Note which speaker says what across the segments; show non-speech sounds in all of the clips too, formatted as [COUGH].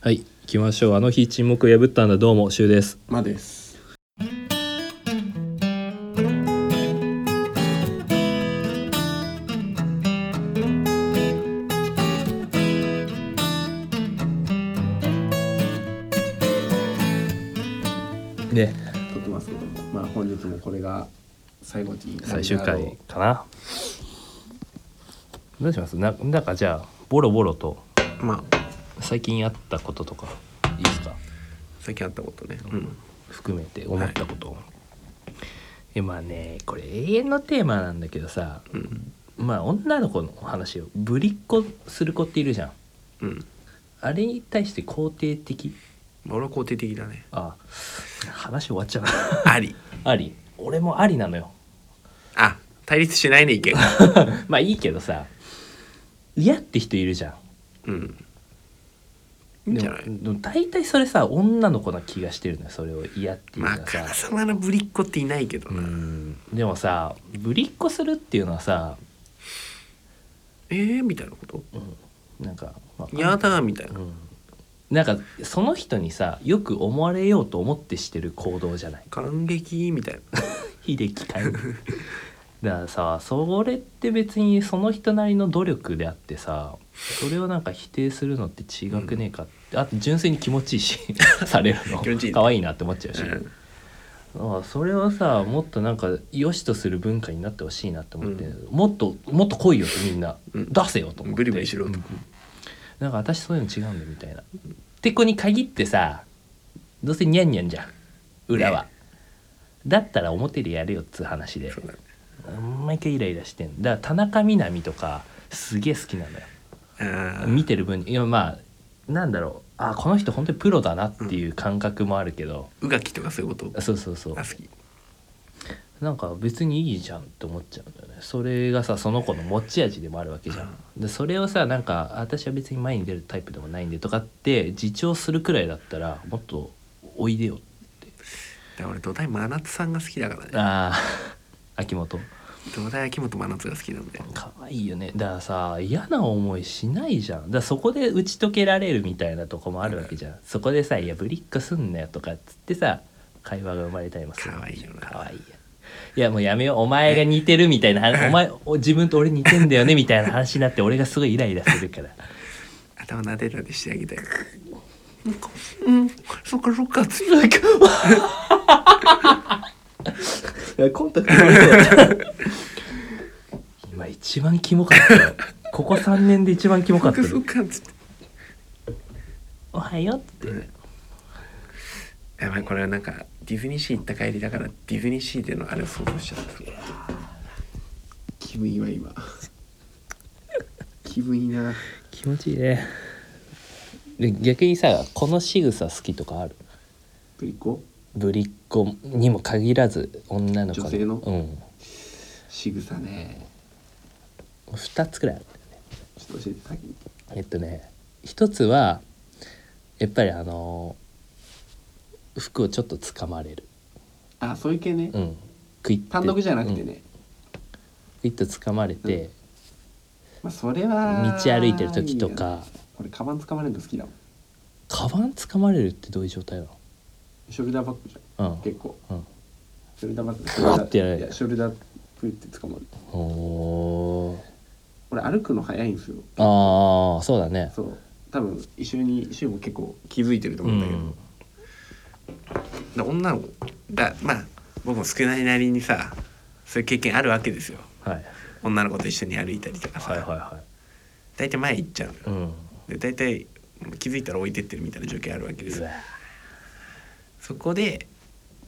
Speaker 1: はい行きましょうあの日沈黙を破ったんだどうもしゅうです
Speaker 2: まあです
Speaker 1: で
Speaker 2: 撮ってますけどもまあ本日もこれが最後に
Speaker 1: 最終
Speaker 2: なるだろ
Speaker 1: 回かなどうしますななんかじゃあボロボロと
Speaker 2: うまあ
Speaker 1: 最近あったこととかいいですか
Speaker 2: 最近あったことねうん
Speaker 1: 含めて思ったこと、えまあねこれ永遠のテーマなんだけどさ
Speaker 2: うん
Speaker 1: まあ女の子の話をぶりっ子する子っているじゃん
Speaker 2: うん
Speaker 1: あれに対して肯定的
Speaker 2: 俺は肯定的だね
Speaker 1: あ話終わっちゃう [LAUGHS]
Speaker 2: あり
Speaker 1: あり俺もありなのよ
Speaker 2: あ対立しないね意見が
Speaker 1: [LAUGHS] まあいいけどさ嫌って人いるじゃん
Speaker 2: うん
Speaker 1: で
Speaker 2: いいん
Speaker 1: も
Speaker 2: じゃない
Speaker 1: でも大体それさ女の子な気がしてるのよそれを嫌っていうの
Speaker 2: まああ
Speaker 1: はさ、
Speaker 2: からさまのぶりっ子っていないけど
Speaker 1: う
Speaker 2: な、
Speaker 1: んでもさぶりっ子するっていうのはさ、
Speaker 2: えー、みたいなこと
Speaker 1: うん、なんか、まあ
Speaker 2: やだーみたいな、
Speaker 1: うん、なんかその人にさよく思われようと思ってしてる行動じゃない
Speaker 2: 感激みたいな
Speaker 1: 秀樹かい [LAUGHS] だからさそれって別にその人なりの努力であってさそれをなんか否定するのって違くねえかって、あと純粋に気持ちいい
Speaker 2: [LAUGHS]
Speaker 1: しされるの
Speaker 2: 気持ちいいね
Speaker 1: 可愛いなって思っちゃうし、
Speaker 2: うん
Speaker 1: あそれはさもっとなんか良しとする文化になってほしいなと思って、
Speaker 2: う
Speaker 1: もっともっと来いよとみんな、
Speaker 2: うん
Speaker 1: 出せよと思って
Speaker 2: ブリブリしろと
Speaker 1: うんなんか私そういうの違うんだみたいなって子に限ってさどうせニャンニャンじゃん裏は、
Speaker 2: ね
Speaker 1: だったら表でやれよっつう話で
Speaker 2: そうだね
Speaker 1: 毎回イライラしてんだから田中みな実とかすげえ好きなのよ
Speaker 2: あー
Speaker 1: 見てる分にいやまあなんだろうあこの人本当にプロだなっていう感覚もあるけど、
Speaker 2: うがきとかそういうこと
Speaker 1: そうそうそう
Speaker 2: あ好き
Speaker 1: なんか別にいいじゃんって思っちゃうんだよねそれがさその子の持ち味でもあるわけじゃん、でそれをさなんか私は別に前に出るタイプでもないんでとかって自重するくらいだったらもっとおいでよ
Speaker 2: だから俺土台真夏さんが好きだからね
Speaker 1: ああ [LAUGHS] 秋元
Speaker 2: 土台秋元真夏が好きなんで
Speaker 1: 可愛いよねだからさ嫌な思いしないじゃんだからそこで打ち解けられるみたいなとこもあるわけじゃん、そこでさ「いやぶりっこすんなよ」とかっつってさ会話が生まれたりもする
Speaker 2: 可愛いよな
Speaker 1: 可愛いよいやもうやめようお前が似てるみたいな [LAUGHS] 話お前お自分と俺似てんだよねみたいな話になって俺がすごいイライラするから
Speaker 2: 頭なでなでしてあげたいうんそっかそっかつい
Speaker 1: コンタクト今一番キモかったよここ3年で一番キモか
Speaker 2: そ
Speaker 1: っ
Speaker 2: っ
Speaker 1: た
Speaker 2: か
Speaker 1: よ
Speaker 2: そっかつって
Speaker 1: おはようって、
Speaker 2: やばいこれはなんかディズニーシー行った帰りだからディズニーシーでのあれを想像しちゃった気分いいわ今気分いいな
Speaker 1: 気持ちいいねで逆にさこの仕草好きとかある
Speaker 2: プリコ
Speaker 1: ぶりっ子にも限らず女の子
Speaker 2: 女性の
Speaker 1: うん
Speaker 2: 仕草ね
Speaker 1: 2つくらいあるんだよね
Speaker 2: ちょっと教えて先に
Speaker 1: えっとね一つはやっぱりあの服をちょっとつかまれる
Speaker 2: あそういう系ね、
Speaker 1: うんクイッて
Speaker 2: 単独じゃなく
Speaker 1: う
Speaker 2: てね、
Speaker 1: んクイッとつかまれて、
Speaker 2: まあそれは
Speaker 1: 道歩いてる時とか
Speaker 2: いいよ俺カバン掴まれるの好きだもん
Speaker 1: カバンつかまれるってどういう状態な
Speaker 2: ショルダーバッグじゃん、
Speaker 1: の
Speaker 2: 結構
Speaker 1: うん、
Speaker 2: ショルダーバッグショ
Speaker 1: うわ
Speaker 2: ル
Speaker 1: っ
Speaker 2: ダ
Speaker 1: てやられ
Speaker 2: ー
Speaker 1: る
Speaker 2: いやショルダープって掴まる
Speaker 1: うん、おー
Speaker 2: 俺歩くの早いんですよ
Speaker 1: ああそうだね
Speaker 2: そう多分一緒に柊も結構気づいてると思うんだけど、
Speaker 1: うん
Speaker 2: だ女の子だまあ僕も少ないなりにさそういう経験あるわけですよ
Speaker 1: はい、
Speaker 2: 女の子と一緒に歩いたりとかさ、
Speaker 1: はいはいは
Speaker 2: 大体前行っちゃうの
Speaker 1: い
Speaker 2: よ
Speaker 1: うん
Speaker 2: で大体気づいたら置いてってるみたいな状況あるわけです
Speaker 1: う
Speaker 2: よ
Speaker 1: わ
Speaker 2: そこで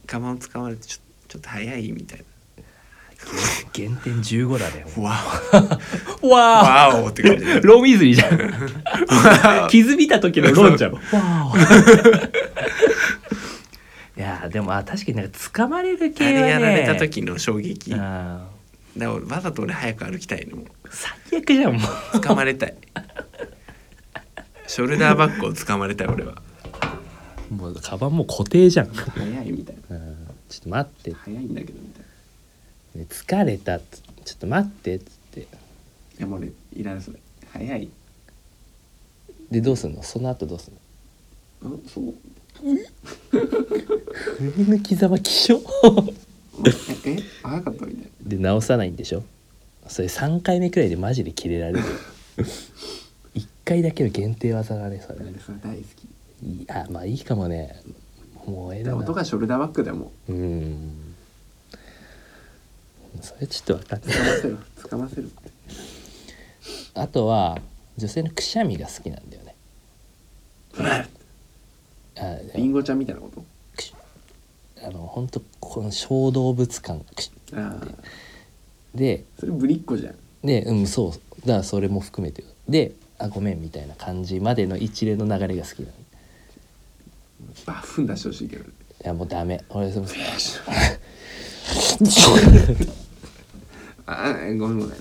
Speaker 2: カバンを掴まれてちょちょっと早いみたい
Speaker 1: 減点15だね。
Speaker 2: なわ
Speaker 1: わ
Speaker 2: おわおって感じ
Speaker 1: ーロン・ウィズリーじゃ [LAUGHS] ん。傷見た時のロンじゃん。わ [LAUGHS] ーいやーでもあ確かになんか掴まれる
Speaker 2: あ
Speaker 1: 系はね
Speaker 2: れやられた時の衝撃だか
Speaker 1: あ
Speaker 2: ら俺わざと俺早く歩きたいのも
Speaker 1: ー最悪じゃんもう
Speaker 2: う掴まれたいショルダーバッグを掴まれたい俺は
Speaker 1: もうカバンもう固定じゃん、
Speaker 2: 早いみたいな
Speaker 1: うんちょっと待って、
Speaker 2: 早いんだけどみたいな
Speaker 1: ね疲れたっつちょっと待ってっつって
Speaker 2: いやもう俺いらないそれ早い
Speaker 1: でどうすんのその後どうすんの
Speaker 2: あそう
Speaker 1: 首の木ざまきしょ
Speaker 2: ええ早かったみたいな
Speaker 1: [LAUGHS] で直さないんでしょそれ3回目くらいでマジでキレ [LAUGHS] られる1回だけの限定技がねそれ
Speaker 2: なんでそれ大好き
Speaker 1: いやまあいいかもねもうええだ
Speaker 2: で
Speaker 1: な
Speaker 2: 音がショルダーバッグだよも
Speaker 1: うんそれちょっとわかん
Speaker 2: う
Speaker 1: ない
Speaker 2: 捕ませる捕 [LAUGHS] ませるって
Speaker 1: あとは女性のくしゃみが好きなんだよねあで
Speaker 2: リ
Speaker 1: も
Speaker 2: ンゴちゃんみたいなこと
Speaker 1: くしあの本当この小動物感くし
Speaker 2: ああ
Speaker 1: で
Speaker 2: それぶりっ子じゃん
Speaker 1: でうんそうだからそれも含めてであごめんみたいな感じまでの一連の流れが好きなのい
Speaker 2: バフン出してほし [LAUGHS] いけどね
Speaker 1: やもうダメ俺その [LAUGHS]
Speaker 2: ああごめんごめ
Speaker 1: も
Speaker 2: ん
Speaker 1: [LAUGHS]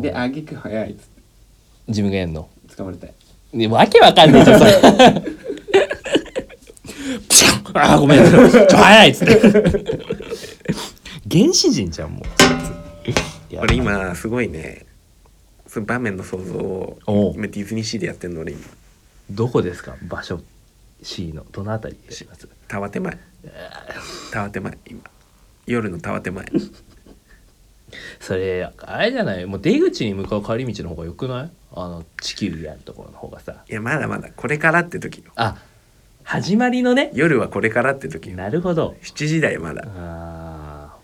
Speaker 1: う
Speaker 2: であげく早いっつっ
Speaker 1: 自分がやんの
Speaker 2: て捕まれたい
Speaker 1: ねわけわかんないじゃんそ
Speaker 2: [LAUGHS]
Speaker 1: れピシャンあーごめんちょっと早いっつって原始人じゃんもういや
Speaker 2: [LAUGHS] 俺今すごいねその場面の想像を
Speaker 1: おう
Speaker 2: 今ディズニーシーでやってんの俺今
Speaker 1: どこですか場所 C のどのあたりでします
Speaker 2: タワ手前タワ手前今夜のタワ手前
Speaker 1: それあれじゃないもう出口に向かう帰り道の方がよくないあの地球やんところの方がさ
Speaker 2: いやまだまだこれからって時よ
Speaker 1: あ始まりのね
Speaker 2: 夜はこれからって時よ
Speaker 1: なるほど
Speaker 2: 7時台まだ
Speaker 1: あ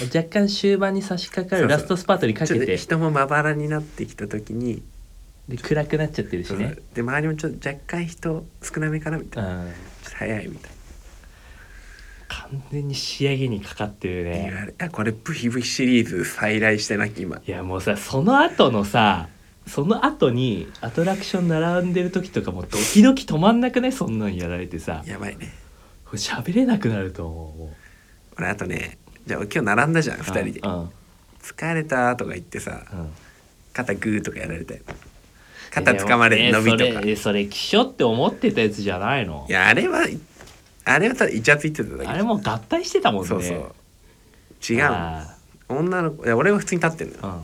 Speaker 1: ー若干終盤に差し掛か
Speaker 2: そ
Speaker 1: る
Speaker 2: うそう
Speaker 1: ラストスパートにか
Speaker 2: ちょ
Speaker 1: け
Speaker 2: っと
Speaker 1: て
Speaker 2: 人もまばらになってきた時に、
Speaker 1: で暗くなっちゃってるしね
Speaker 2: うんで周りもちょっと若干人少なめかなみ
Speaker 1: う
Speaker 2: たいな、
Speaker 1: ん
Speaker 2: ちょっと早いみたい
Speaker 1: 完全に仕上げにかかってる
Speaker 2: な、言わ
Speaker 1: ね
Speaker 2: れあこれブヒブヒシリーズ再来してなき今
Speaker 1: いやもうさその後のさその後にアトラクション並んでる時とかもうドキドキ止まんなくないそんなんやられてさ
Speaker 2: やばいね
Speaker 1: これ喋れなくなると思うもう
Speaker 2: 俺あとねじゃあ今日並んだじゃん2人で
Speaker 1: うんうん
Speaker 2: 「疲れた」とか言ってさ
Speaker 1: うん
Speaker 2: 肩グーとかやられたよ肩掴まれ
Speaker 1: え
Speaker 2: る伸びと
Speaker 1: そ
Speaker 2: か
Speaker 1: れえそれ気象って思ってたやつじゃないの
Speaker 2: いやあれはあれはただイチャついてただけ
Speaker 1: あれもう合体してたもんね
Speaker 2: そうそう違うの
Speaker 1: あ
Speaker 2: 女の子いや俺は普通に立ってんのよ
Speaker 1: ー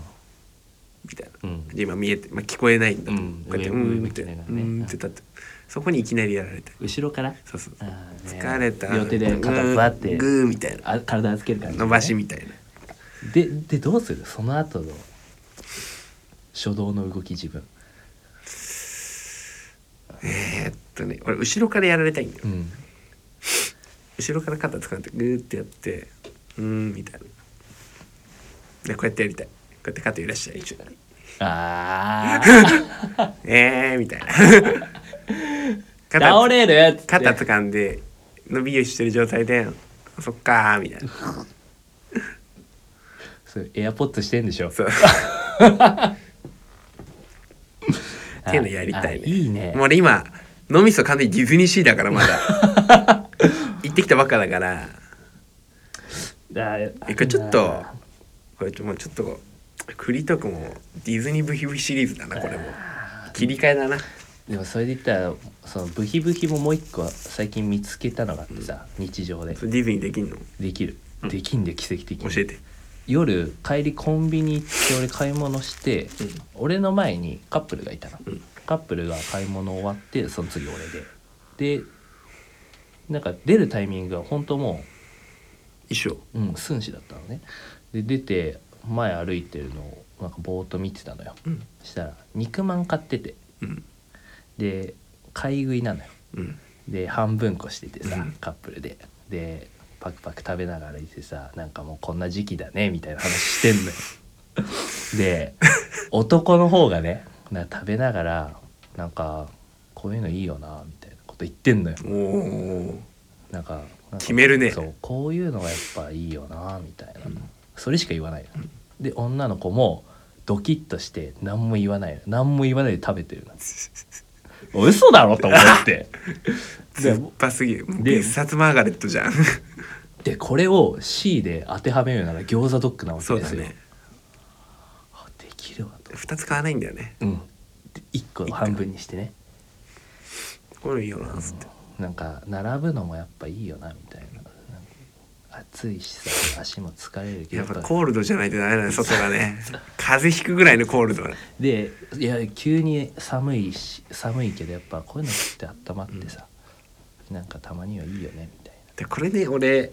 Speaker 2: みたいな
Speaker 1: うん
Speaker 2: で今見えて、まあ、聞こえないんだ
Speaker 1: う
Speaker 2: と、
Speaker 1: ん
Speaker 2: こうやって「う
Speaker 1: 上
Speaker 2: ーん」って「
Speaker 1: 上向きながら
Speaker 2: う
Speaker 1: ね
Speaker 2: ーん」って立ってそこにいきなりやられて
Speaker 1: 後ろから
Speaker 2: そうそう
Speaker 1: あーね
Speaker 2: 疲れた
Speaker 1: 両手で肩
Speaker 2: うーん
Speaker 1: ふわって
Speaker 2: グーみたいな
Speaker 1: あ体預ける感じね
Speaker 2: 伸ばしみたいな
Speaker 1: ででどうするその後の初動の動き自分
Speaker 2: えーっとね俺後ろからやられたいんだよ
Speaker 1: うん
Speaker 2: 後ろから肩掴んでグーってやって「うーん」みたいなでこうやってやりたいこうやって肩揺らしたい一緒に
Speaker 1: あー
Speaker 2: 「えー」
Speaker 1: [LAUGHS]
Speaker 2: みたいな肩
Speaker 1: 倒れるっつって
Speaker 2: 肩掴んで伸びをしてる状態で「そっかー」
Speaker 1: [LAUGHS]
Speaker 2: みたいな
Speaker 1: それエアポッドしてんでしょ
Speaker 2: そうっていうのやりたいね
Speaker 1: あいいね
Speaker 2: もう俺今脳みそ完全にディズニーシーだからまだ
Speaker 1: [LAUGHS]
Speaker 2: 行ってきたばっかだから
Speaker 1: あ
Speaker 2: えこれちょっとこれちょもうちょっとこうフリートークもディズニーブヒブヒシリーズだなこれも切り替えだな
Speaker 1: でもそれで言ったらそのブヒブヒももう一個は最近見つけたのがあってさ、日常で
Speaker 2: それディズニーできんの
Speaker 1: できるできんで奇跡的
Speaker 2: 教
Speaker 1: に
Speaker 2: えて
Speaker 1: 夜帰りコンビニ行って俺買い物して、
Speaker 2: うん
Speaker 1: 俺の前にカップルがいたの、
Speaker 2: うん
Speaker 1: カップルが買い物終わってその次俺ででなんか出るタイミングが本当も
Speaker 2: 衣装
Speaker 1: う、うん、寸志だったのねで出て前歩いてるのをなんかぼーっと見てたのよ
Speaker 2: うん
Speaker 1: したら肉まん買ってて
Speaker 2: うん
Speaker 1: で買い食いなのよ
Speaker 2: うん
Speaker 1: で半分こしててさ、
Speaker 2: うん
Speaker 1: カップルででパクパク食べながらいてさなんかもうこんな時期だねみたいな話して
Speaker 2: [LAUGHS]
Speaker 1: んのよで男の方がねな食べながらなんかこういうのいいよなみたいなこと言ってんのよ
Speaker 2: おお
Speaker 1: なんかなんか
Speaker 2: 決めるね
Speaker 1: そうこういうのがやっぱいいよなみたいな、それしか言わないの、で女の子もドキッとして何も言わないの何も言わないで食べてる
Speaker 2: [LAUGHS]
Speaker 1: の嘘だろと思って
Speaker 2: 酸っぱすぎるもう
Speaker 1: で
Speaker 2: 別冊マーガレットじ [LAUGHS] ゃん
Speaker 1: でこれを C で当てはめるなら餃子ドッグなわけ
Speaker 2: そう
Speaker 1: で
Speaker 2: だ
Speaker 1: すよ、
Speaker 2: ね
Speaker 1: あできるわと
Speaker 2: 2つ買わないんだよね
Speaker 1: うんで1個を半分にしてね
Speaker 2: これいいよなっつって
Speaker 1: なんか並ぶのもやっぱいいよなみたいな暑いしさ足も疲れるけ
Speaker 2: やっ
Speaker 1: ど
Speaker 2: ぱコールドじゃないとダメだね外がね風邪ひくぐらいのコールド
Speaker 1: でいや急に寒いし寒いけどやっぱこういうのって温まってさ、なんかたまにはいいよねみたい
Speaker 2: でこれね俺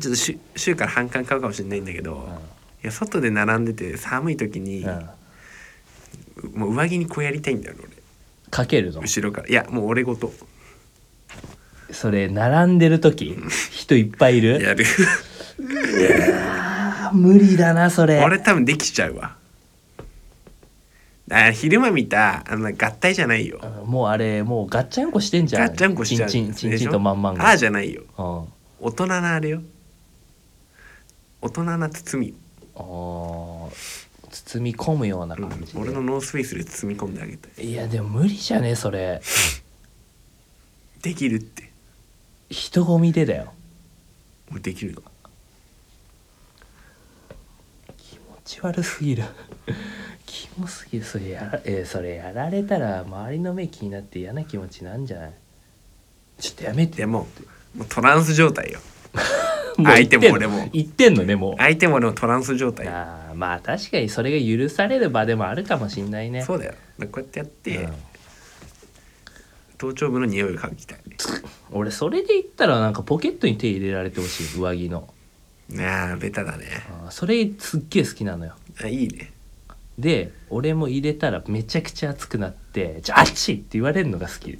Speaker 2: ちょっと週週から半缶買うかもしれないんだけど、
Speaker 1: ん
Speaker 2: いや外で並んでて寒い時に、
Speaker 1: な、うん、
Speaker 2: もう上着にこうやりたいんだよね
Speaker 1: かけるの
Speaker 2: 俺後ろからいやもう俺ごと
Speaker 1: それ並んでる時人いっぱいいる
Speaker 2: やる
Speaker 1: あー無理だなそれ
Speaker 2: [LAUGHS] 俺多分できちゃうわあ昼間見たあの合体じゃないよ
Speaker 1: あもうあれもうガッチャンコしてんじゃん
Speaker 2: ガッチャンコしちゃう
Speaker 1: チンチンチン
Speaker 2: で
Speaker 1: チ
Speaker 2: し
Speaker 1: ン
Speaker 2: ょ
Speaker 1: とまんまん
Speaker 2: あ
Speaker 1: が
Speaker 2: あじゃないよ
Speaker 1: うんあ
Speaker 2: 大人なあれよ大人な包み
Speaker 1: ー包み込むような
Speaker 2: うん
Speaker 1: 感じで、
Speaker 2: 俺のノースフェイスで包み込んであげたい
Speaker 1: いやでも無理じゃねそれ
Speaker 2: できるって
Speaker 1: 人混みでだよ
Speaker 2: 俺できるの
Speaker 1: 気持ち悪すぎる [LAUGHS] キモすぎるそれやら,、えーそれやられたら周りの目気になって嫌な気持ちなんじゃないちょっとやめて
Speaker 2: でもうもうトランス状態よ
Speaker 1: う
Speaker 2: 相手も
Speaker 1: 言ってん
Speaker 2: 俺
Speaker 1: の
Speaker 2: も
Speaker 1: 言ってんのねも
Speaker 2: 相手も俺もトランス状
Speaker 1: う
Speaker 2: 態
Speaker 1: あーまあ確かにそれが許される場でもあるかもしんないね
Speaker 2: そうだよこうやってやって、
Speaker 1: うん
Speaker 2: 頭頂部の匂いを嗅ぎたいね
Speaker 1: 俺それで言ったらなんかポケットに手入れられてほしい上着の
Speaker 2: ああベタだね
Speaker 1: あーそれすっげえ好きなのよ
Speaker 2: あいいね
Speaker 1: で俺も入れたらめちゃくちゃ熱くなって「じゃああっち!」って言われるのが好き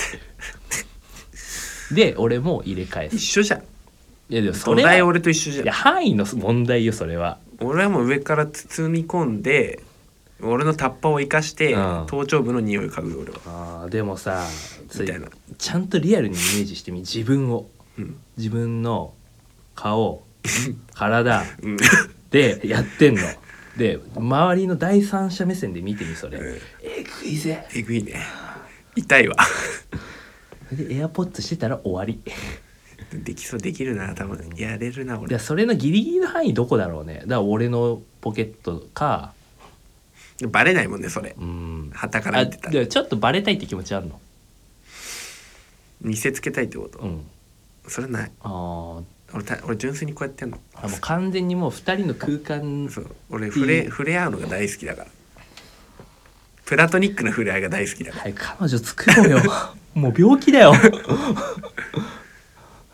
Speaker 1: で俺も入れ替え
Speaker 2: 一
Speaker 1: す
Speaker 2: 緒じゃん
Speaker 1: いやでもそ
Speaker 2: 土
Speaker 1: れはい
Speaker 2: 台俺と一緒じゃん
Speaker 1: や範囲の問題よそれは
Speaker 2: 俺はもう上から包み込んで俺のタッパを生かして、
Speaker 1: うん
Speaker 2: 頭頂部の匂いを嗅ぐよ俺は
Speaker 1: あーでもさそれ
Speaker 2: みたいな
Speaker 1: ちゃんとリアルにイメージしてみ自分を
Speaker 2: うん、
Speaker 1: 自分の顔体
Speaker 2: [LAUGHS] うん、
Speaker 1: でやってんので周りの第三者目線で見てみそれ、
Speaker 2: うん
Speaker 1: えぐいぜ
Speaker 2: えぐいね痛いわ
Speaker 1: でエアポッツしてたら終わり
Speaker 2: できそうできるな多分やれるな
Speaker 1: じ
Speaker 2: 俺
Speaker 1: ゃそれのギリギリの範囲どこだろうねだから俺のポケットか
Speaker 2: バレないもんねそれ
Speaker 1: うん
Speaker 2: 旗から
Speaker 1: あ
Speaker 2: 見てた
Speaker 1: で
Speaker 2: ら
Speaker 1: もちょっとバレたいって気持ちあるの
Speaker 2: 見せつけたいってこと、
Speaker 1: うん
Speaker 2: それない
Speaker 1: あー
Speaker 2: 俺た俺純粋にこうやってやんの
Speaker 1: あもう完全にもう2人の空間
Speaker 2: そう俺触れ
Speaker 1: いい
Speaker 2: 触れ合うのが大好きだからプラトニックな触れ合いが大好きだから
Speaker 1: はい彼女作ろうよ [LAUGHS] もう病気だよ [LAUGHS]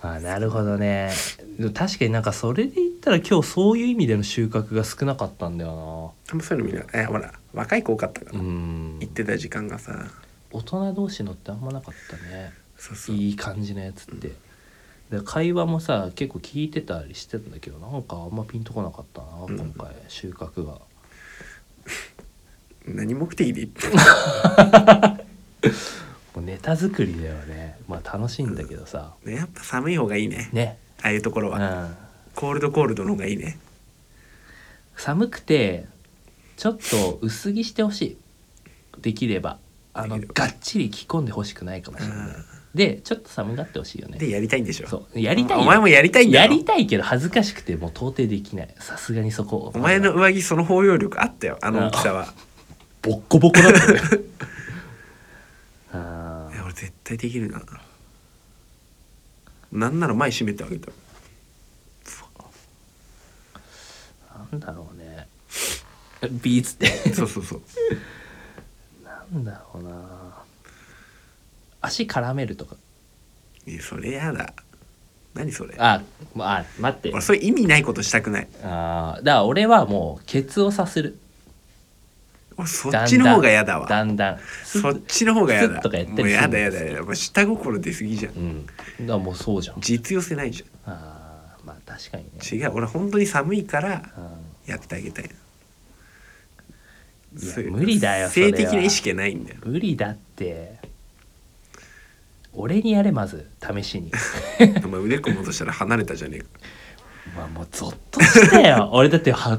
Speaker 1: あなるほどねでも確かになんかそれで言ったら今日そういう意味での収穫が少なかったんだよ
Speaker 2: あんまそういうの見ないえほら若い子多かったか
Speaker 1: な
Speaker 2: ら、
Speaker 1: うん
Speaker 2: 行ってた時間がさ
Speaker 1: 大人同士のってあんまなかったね
Speaker 2: そうそう
Speaker 1: いい感じのやつって、で会話もさ結構聞いてたりしてたんだけどなんかあんまピンとこなかったな
Speaker 2: うん
Speaker 1: 今回収穫が、
Speaker 2: 何目的で
Speaker 1: [LAUGHS]
Speaker 2: 行って
Speaker 1: もうネタ作りだよねまあ楽しいんだけどさ、
Speaker 2: ねやっぱ寒い方がいいね
Speaker 1: ね
Speaker 2: ああいうとこ
Speaker 1: う
Speaker 2: ろは、
Speaker 1: ん
Speaker 2: コールドコールドの方がいいね
Speaker 1: 寒くてちょっと薄着してほしいできればあの
Speaker 2: できれば
Speaker 1: がっちり着込んでほしくないかもしれない、
Speaker 2: うん
Speaker 1: でちょっと寒がってほしいよね
Speaker 2: でやりたいんでしょ
Speaker 1: そうやりたいよ
Speaker 2: お前もやりたいんだ
Speaker 1: や
Speaker 2: ろ
Speaker 1: りたいけど恥ずかしくてもう到底できないさすがにそこ
Speaker 2: お前の上着その包容力あったよあ
Speaker 1: うん
Speaker 2: の大きさは
Speaker 1: ボッコボコだったね
Speaker 2: [LAUGHS]
Speaker 1: あ
Speaker 2: いや俺絶対できるななんなら前閉めてあげた
Speaker 1: ーなんだろうねビーツって
Speaker 2: そうそ
Speaker 1: [LAUGHS]
Speaker 2: うそう
Speaker 1: なんだろうな足絡めるとか
Speaker 2: いやそれやだ何それ
Speaker 1: あまあ待って
Speaker 2: 俺それ意味ないことしたくない
Speaker 1: あーだから俺はもうケツをさする
Speaker 2: 俺そっちの方がやだわ
Speaker 1: だんだん
Speaker 2: そっちの方がや
Speaker 1: スッ
Speaker 2: だ
Speaker 1: とかやったりす
Speaker 2: も
Speaker 1: る
Speaker 2: うやだやだやだもう下心出すぎじゃん
Speaker 1: うんだからもうそうじゃん
Speaker 2: 実用性ないじ
Speaker 1: あーまあ確かにね
Speaker 2: ゃん違う俺本当に寒いから
Speaker 1: うん
Speaker 2: やってあげたいない
Speaker 1: や
Speaker 2: そういう
Speaker 1: 無理だよそれは
Speaker 2: 性的な意識はないんだよ
Speaker 1: 無理だって俺にやれまず試 [LAUGHS] しに
Speaker 2: お前腕組もうとしたら離れたじゃねえか
Speaker 1: まあもうゾッとしたよ俺だっては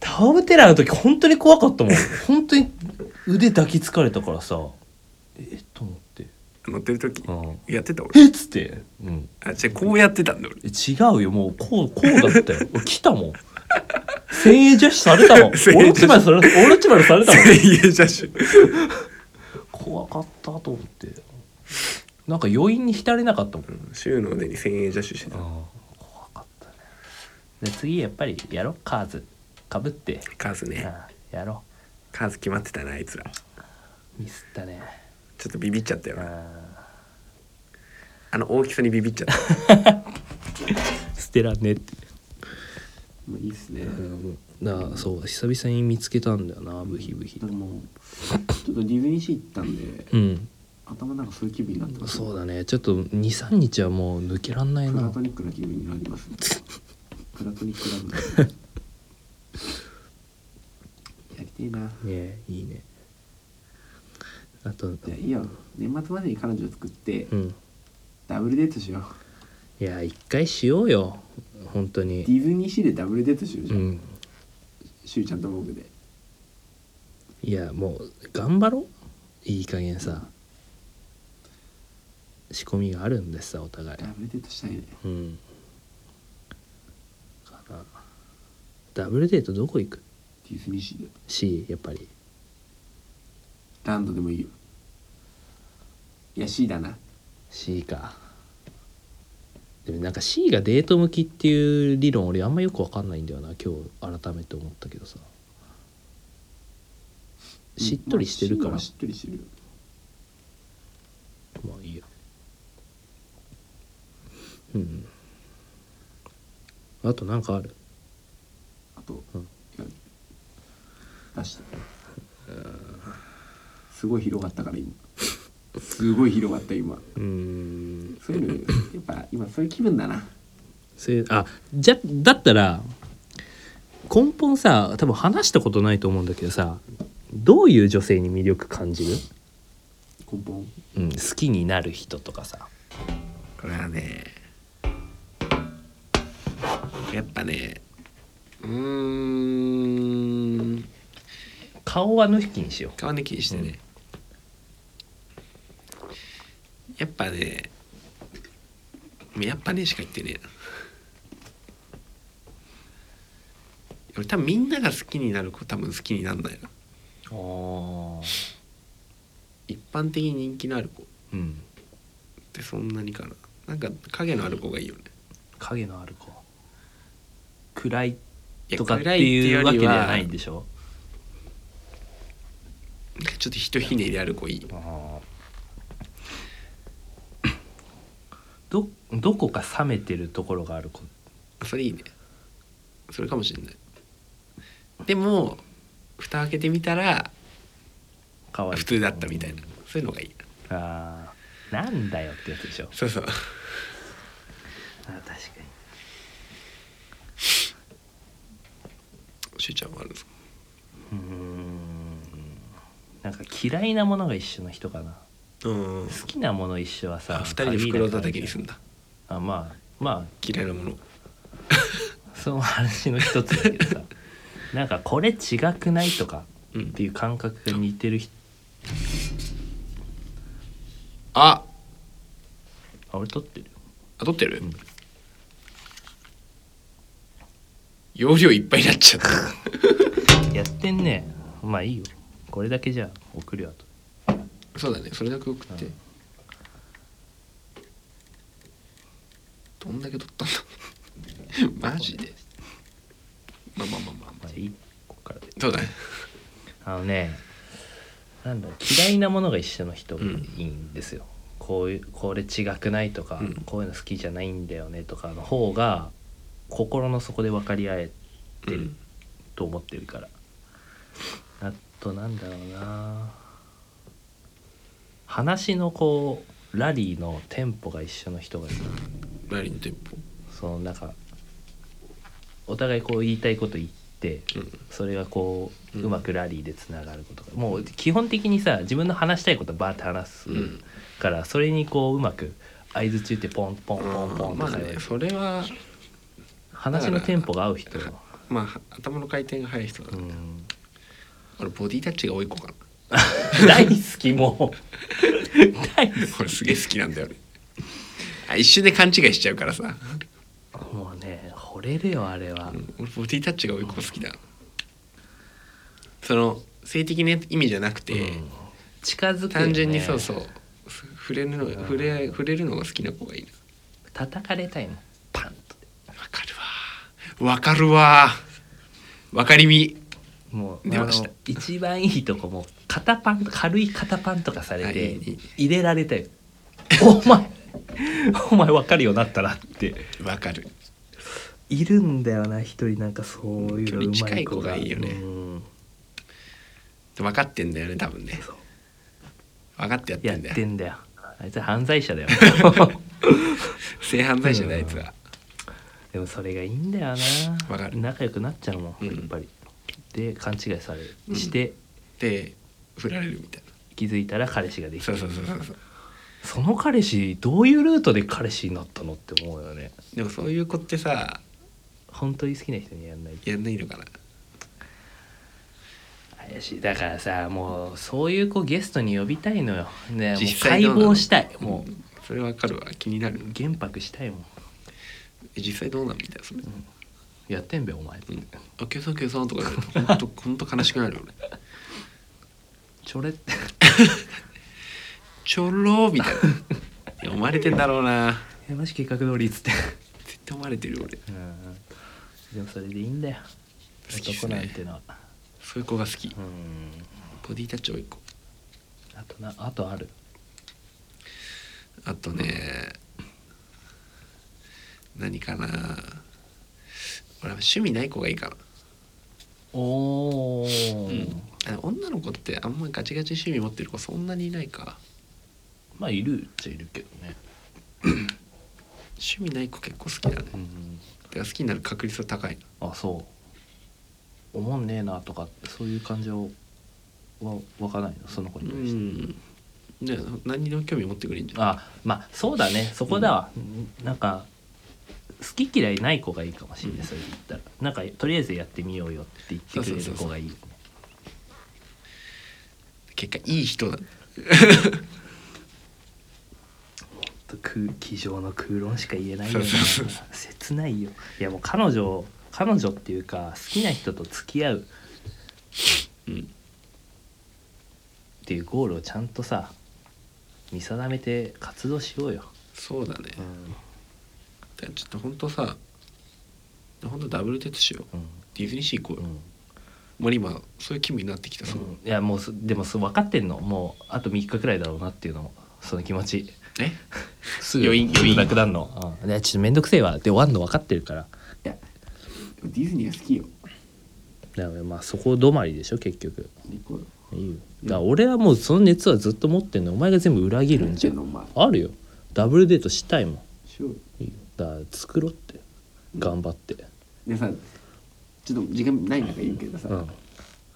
Speaker 1: タオルテラーの時本当に怖かったもん本当に腕抱きつかれたからさえっと思って
Speaker 2: 乗ってる時
Speaker 1: うん
Speaker 2: やってた俺
Speaker 1: えっつって、うん、
Speaker 2: あじゃこうやってたんだ俺
Speaker 1: え違うよもうこうこうだったよ俺来たもん千円女子され [LAUGHS] たもんオ
Speaker 2: 千円
Speaker 1: ロチマルされ [LAUGHS] オロチマルされたもん
Speaker 2: いやじゃし
Speaker 1: 怖かったと思ってなんか余韻に浸れなかったもん、
Speaker 2: 収納でに千円ジャッシュしてた
Speaker 1: 怖かったねで次やっぱりやろうカーズかぶって、
Speaker 2: カーズね
Speaker 1: うん、やろ
Speaker 2: カーズ決まってたなあいつら
Speaker 1: うミスったね
Speaker 2: ちょっとビビっちゃったよ
Speaker 1: う
Speaker 2: なんあの大きさにビビっちゃった
Speaker 1: 捨てらんねえって
Speaker 3: もういいっすね、
Speaker 1: なあそう久々に見つけたんだよなブヒブヒ
Speaker 3: なんかもうちょっとディズニーシー行ったんで
Speaker 1: うん
Speaker 3: 頭なんかそういう気分になってます
Speaker 1: そうだねちょっと23日はもう抜けらんない
Speaker 3: プラ
Speaker 1: な
Speaker 3: トニックな気分になり
Speaker 1: [LAUGHS]
Speaker 3: ますねプラトニックラブですねやりてえな
Speaker 1: ねいいねあと
Speaker 3: いやいいよ年末までに彼女作って、
Speaker 1: うん
Speaker 3: ダブルデートしよう
Speaker 1: いや一回しようよ本当
Speaker 3: デ
Speaker 1: に
Speaker 3: ィズニーシーでダブルデートしようじ
Speaker 1: う
Speaker 3: ゃん、
Speaker 1: ん
Speaker 3: しゅうちゃんと僕で
Speaker 1: いやもう頑張ろういい加減さ仕込みがあるんですさお互い
Speaker 3: ダブルデートしたいね
Speaker 1: うんかなダブルデートどこ行く
Speaker 3: ディズニーシーで
Speaker 1: しやっぱり
Speaker 3: ランドでもいいよいや C だな
Speaker 1: C かでもなんか C がデート向きっていう理論俺あんまよくわかんないんだよな今日改めて思ったけどさしっとりしてるか
Speaker 3: ま
Speaker 1: ら、
Speaker 3: あ
Speaker 1: ま
Speaker 3: C はしっとりしてるよ
Speaker 1: あ、いいようんあとなんかある
Speaker 3: あと、
Speaker 1: うん
Speaker 3: いや出したすごい広がった
Speaker 1: [LAUGHS]
Speaker 3: から今すごい広がった今
Speaker 1: うーん
Speaker 3: そういうのやっぱ今そういう気分だな
Speaker 1: それあじゃだったら根本さ多分話したことないと思うんだけどさどういう女性に魅力感じる、
Speaker 3: 根本
Speaker 1: うん、好きになる人とかさ
Speaker 2: これはねやっぱねうーん
Speaker 1: 顔は抜きにしよ
Speaker 2: 顔抜きにしてね、やっぱねやっぱねしか言ってねえな俺多分みんなが好きになる子多分好きになんないな
Speaker 1: うあ
Speaker 2: 一般的に人気のある子っ
Speaker 1: うん
Speaker 2: てそんなにかななんか影のある子がいいよね
Speaker 1: 影のある子暗い
Speaker 2: いや
Speaker 1: とかっ
Speaker 2: 暗
Speaker 1: て
Speaker 2: いって
Speaker 1: い
Speaker 2: いう
Speaker 1: う
Speaker 2: よ
Speaker 1: わ
Speaker 2: り
Speaker 1: け
Speaker 2: は
Speaker 1: ではないんでしょ
Speaker 2: なんかちょっとひとひねりある子いい
Speaker 1: あどどこか冷めてるところがある子
Speaker 2: それいいねそれかもしれないでも蓋開けてみたら
Speaker 1: かわいい
Speaker 2: 普通だったみたいなそういうのがいい
Speaker 1: あーなんだよってやつでしょ
Speaker 2: そうそう
Speaker 1: あ確かに
Speaker 2: しゅうちゃんはあるんですか
Speaker 1: うーんなんか嫌いなものが一緒の人かな
Speaker 2: うん
Speaker 1: 好きなもの一緒はさ
Speaker 2: あ二人で袋叩きにすんだ
Speaker 1: あまあまあ
Speaker 2: 嫌いなもの
Speaker 1: その話の一つだけど
Speaker 2: [LAUGHS]
Speaker 1: さなんかこれ違くないとか
Speaker 2: う
Speaker 1: っ
Speaker 2: ん
Speaker 1: ていう感覚が似てる人
Speaker 2: あ
Speaker 1: あ俺撮ってる
Speaker 2: あ取ってる、
Speaker 1: ん
Speaker 2: 容量いっぱいになっちゃった
Speaker 1: やってんねまあいいよこれだけじゃ送るよあと
Speaker 2: そうだねそれだけ送って、
Speaker 1: うん
Speaker 2: どんだけ取ったん [LAUGHS] だマジでまあまあまあまあ、ま
Speaker 1: まあいいこっからで
Speaker 2: あ、そうだね
Speaker 1: あのねなんだろう嫌いなものが一緒の人がいいんですよ、こういうこれ違くないとか、
Speaker 2: うん
Speaker 1: こういうの好きじゃないんだよねとかの方が心の底で分かり合えてると思ってるから、あとなんだろうな話のこうラリーのテンポが一緒の人がいい
Speaker 2: ラリンテンポ
Speaker 1: そのなんかお互いこう言いたいこと言って
Speaker 2: うん
Speaker 1: それがこう
Speaker 2: うん
Speaker 1: うまくラリーでつながることが、もう基本的にさ自分の話したいことバーって話す
Speaker 2: うん
Speaker 1: から、それにこううまく相づち打ってポンポンポンポンと
Speaker 2: まあ
Speaker 1: か、
Speaker 2: ねそれは
Speaker 1: 話のテンポが合う人、
Speaker 2: まあ頭の回転が速い人だ、
Speaker 1: うん、
Speaker 2: 俺ボディタッチが多い子かな
Speaker 1: 大好きもう [LAUGHS] 大好
Speaker 2: [LAUGHS] 俺すげえ好きなんだよね [LAUGHS] あ一瞬で勘違いしちゃうからさ、
Speaker 1: きもうね惚れるよあれは、
Speaker 2: うん俺ボディタッチが多い子好きだその性的な意味じゃなくて、
Speaker 1: うん近づくよね
Speaker 2: 単純にそうそうふ触れるの触れ触れるのが好きな子がいいな
Speaker 1: 叩かれたいのパンと
Speaker 2: わかるわわかるわわかりみ
Speaker 1: もう
Speaker 2: 出
Speaker 1: あ
Speaker 2: まし
Speaker 1: の
Speaker 2: た
Speaker 1: 一番いいとこも肩パン軽い肩パンとかされ
Speaker 2: はいい
Speaker 1: て
Speaker 2: いいい
Speaker 1: 入れられたよ「お前お前分かるようになったら」って
Speaker 2: わかる
Speaker 1: いるんだよな一人なんかそういうのうまい子が
Speaker 2: 距離近い子がいいよね
Speaker 1: うん
Speaker 2: 分かってんだよね多分ね
Speaker 1: そう
Speaker 2: 分かってやって
Speaker 1: やっ
Speaker 2: んだよ
Speaker 1: てんだよあいつ犯罪者だよ
Speaker 2: 性犯罪者だあいつは
Speaker 1: でもそれがいいんだよ
Speaker 2: わか
Speaker 1: な
Speaker 2: る
Speaker 1: 仲良くなっちゃうもん
Speaker 2: うん
Speaker 1: やっぱり、で勘違いされして、
Speaker 2: で振られるみたい
Speaker 1: 気づいたら彼氏がで
Speaker 2: な
Speaker 1: きて
Speaker 2: そうそうそうそうそう
Speaker 1: その彼氏どういうルートで彼氏になったのって思うよね
Speaker 2: でもそういう子ってさ
Speaker 1: 本当に好きな人にやんないと
Speaker 2: やんないのかな
Speaker 1: 怪しいだからさもうそういう子ゲストに呼びたいのよ、ね、もう
Speaker 2: 実際
Speaker 1: 解
Speaker 2: どうなの
Speaker 1: 剖したいもう
Speaker 2: うんそれ分かるわ気になる
Speaker 1: 玄白したいもん
Speaker 2: 実際どうなんみたいなそれ
Speaker 1: やってんべお前、
Speaker 2: うん「あ計算計算」とか言うとほんとほんと悲しくなるよね
Speaker 1: ちょれって [LAUGHS]
Speaker 2: ちょろーみたい [LAUGHS] ないや思われてんだろうな
Speaker 1: えマジ計画通りっつって
Speaker 2: 絶対思われてるよ俺
Speaker 1: うんでもそれでいいんだよ
Speaker 2: 好きっす
Speaker 1: 男
Speaker 2: ね
Speaker 1: なんてのは、
Speaker 2: そういう子が好き
Speaker 1: うん
Speaker 2: ボディタッチ多い子
Speaker 1: あとなあとある
Speaker 2: あとね何かな俺は趣味ない子がいいかな
Speaker 1: おお、
Speaker 2: うんあ女の子ってあんまガチガチ趣味持ってる子そんなにいないか
Speaker 1: まあいるっちゃいるけどね、
Speaker 2: 趣味ない子結構好きだね
Speaker 1: うん、
Speaker 2: だから好きになる確率は高いな
Speaker 1: あそう思んねえなとかそういう感情は湧かないのその子
Speaker 2: う
Speaker 1: に対して、
Speaker 2: んね何にでも興味持ってくれんじゃん
Speaker 1: あまあそうだねそこだわ、なんか好き嫌いない子がいいかもしれない、それで言ったらなんかとりあえずやってみようよって言ってくれる子がいいよね
Speaker 2: 結果いい人だ
Speaker 1: と空気上の空論しか言えないよ
Speaker 2: そう
Speaker 1: ね
Speaker 2: そう
Speaker 1: 切ないよいやもう彼女彼女っていうか好きな人と付き合う
Speaker 2: うん
Speaker 1: っていうゴールをちゃんとさ見定めて活動しようよ、
Speaker 2: そうだね
Speaker 1: う
Speaker 2: だか
Speaker 1: ん
Speaker 2: らちょっとほんとさほんとダブルデートしよう
Speaker 1: うん
Speaker 2: ディズニーシー行こう
Speaker 1: う
Speaker 2: よ
Speaker 1: ん
Speaker 2: もう今そういう気分になってきたその
Speaker 1: いやもうそでもそ分かってんのもうあと3日くらいだろうなっていうのもその気持ち
Speaker 2: え
Speaker 1: すぐ
Speaker 2: 余韻余韻
Speaker 1: なくなるの、うん、いやちょっと面倒くせえわで終わんの分かってるから
Speaker 3: いやディズニーが好きよ
Speaker 1: だからまあそこ止まりでしょ結局
Speaker 3: 行こうよ
Speaker 1: いいよだから俺はもうその熱はずっと持ってんのお前が全部裏切るんじゃ
Speaker 3: の
Speaker 1: ん
Speaker 3: お前
Speaker 1: あるよダブルデートしたいも
Speaker 3: しようよ
Speaker 1: んいいよだから作ろうって頑張って
Speaker 3: でさちょっと時間ない中言うけどさ、
Speaker 1: うん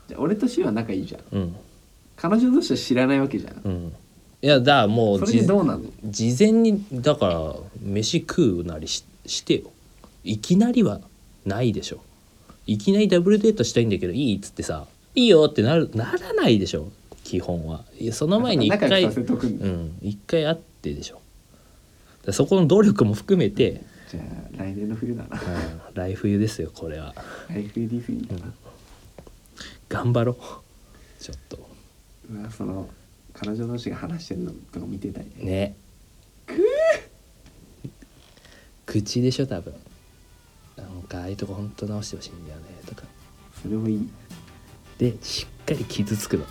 Speaker 3: じゃあ俺とシュウは仲いいじゃん
Speaker 1: うん
Speaker 3: 彼女としては知らないわけじゃん、
Speaker 1: うんいやだからもう
Speaker 3: それで
Speaker 1: じ
Speaker 3: どうなの
Speaker 1: 事前にだから飯食うなりししてよいきなりはないでしょいきなりダブルデートしたいんだけどいいっつってさいいよってなるならないでしょ基本はいやその前に一
Speaker 3: 仲
Speaker 1: 回
Speaker 3: 良くさせとくん
Speaker 1: う
Speaker 3: だ、
Speaker 1: ん一回会ってでしょだからそこの努力も含めて、
Speaker 3: じゃあ来年の冬だな
Speaker 1: うん、来冬ですよこれは
Speaker 3: 来冬ディズニーだな、
Speaker 1: 頑張ろうちょっと
Speaker 3: うわその彼女同士が話してるのとか見てたいね
Speaker 1: ね口でしょ多分なんかああいうとこほんと直してほしいんだよねとか
Speaker 3: それもいい
Speaker 1: でしっかり傷つくの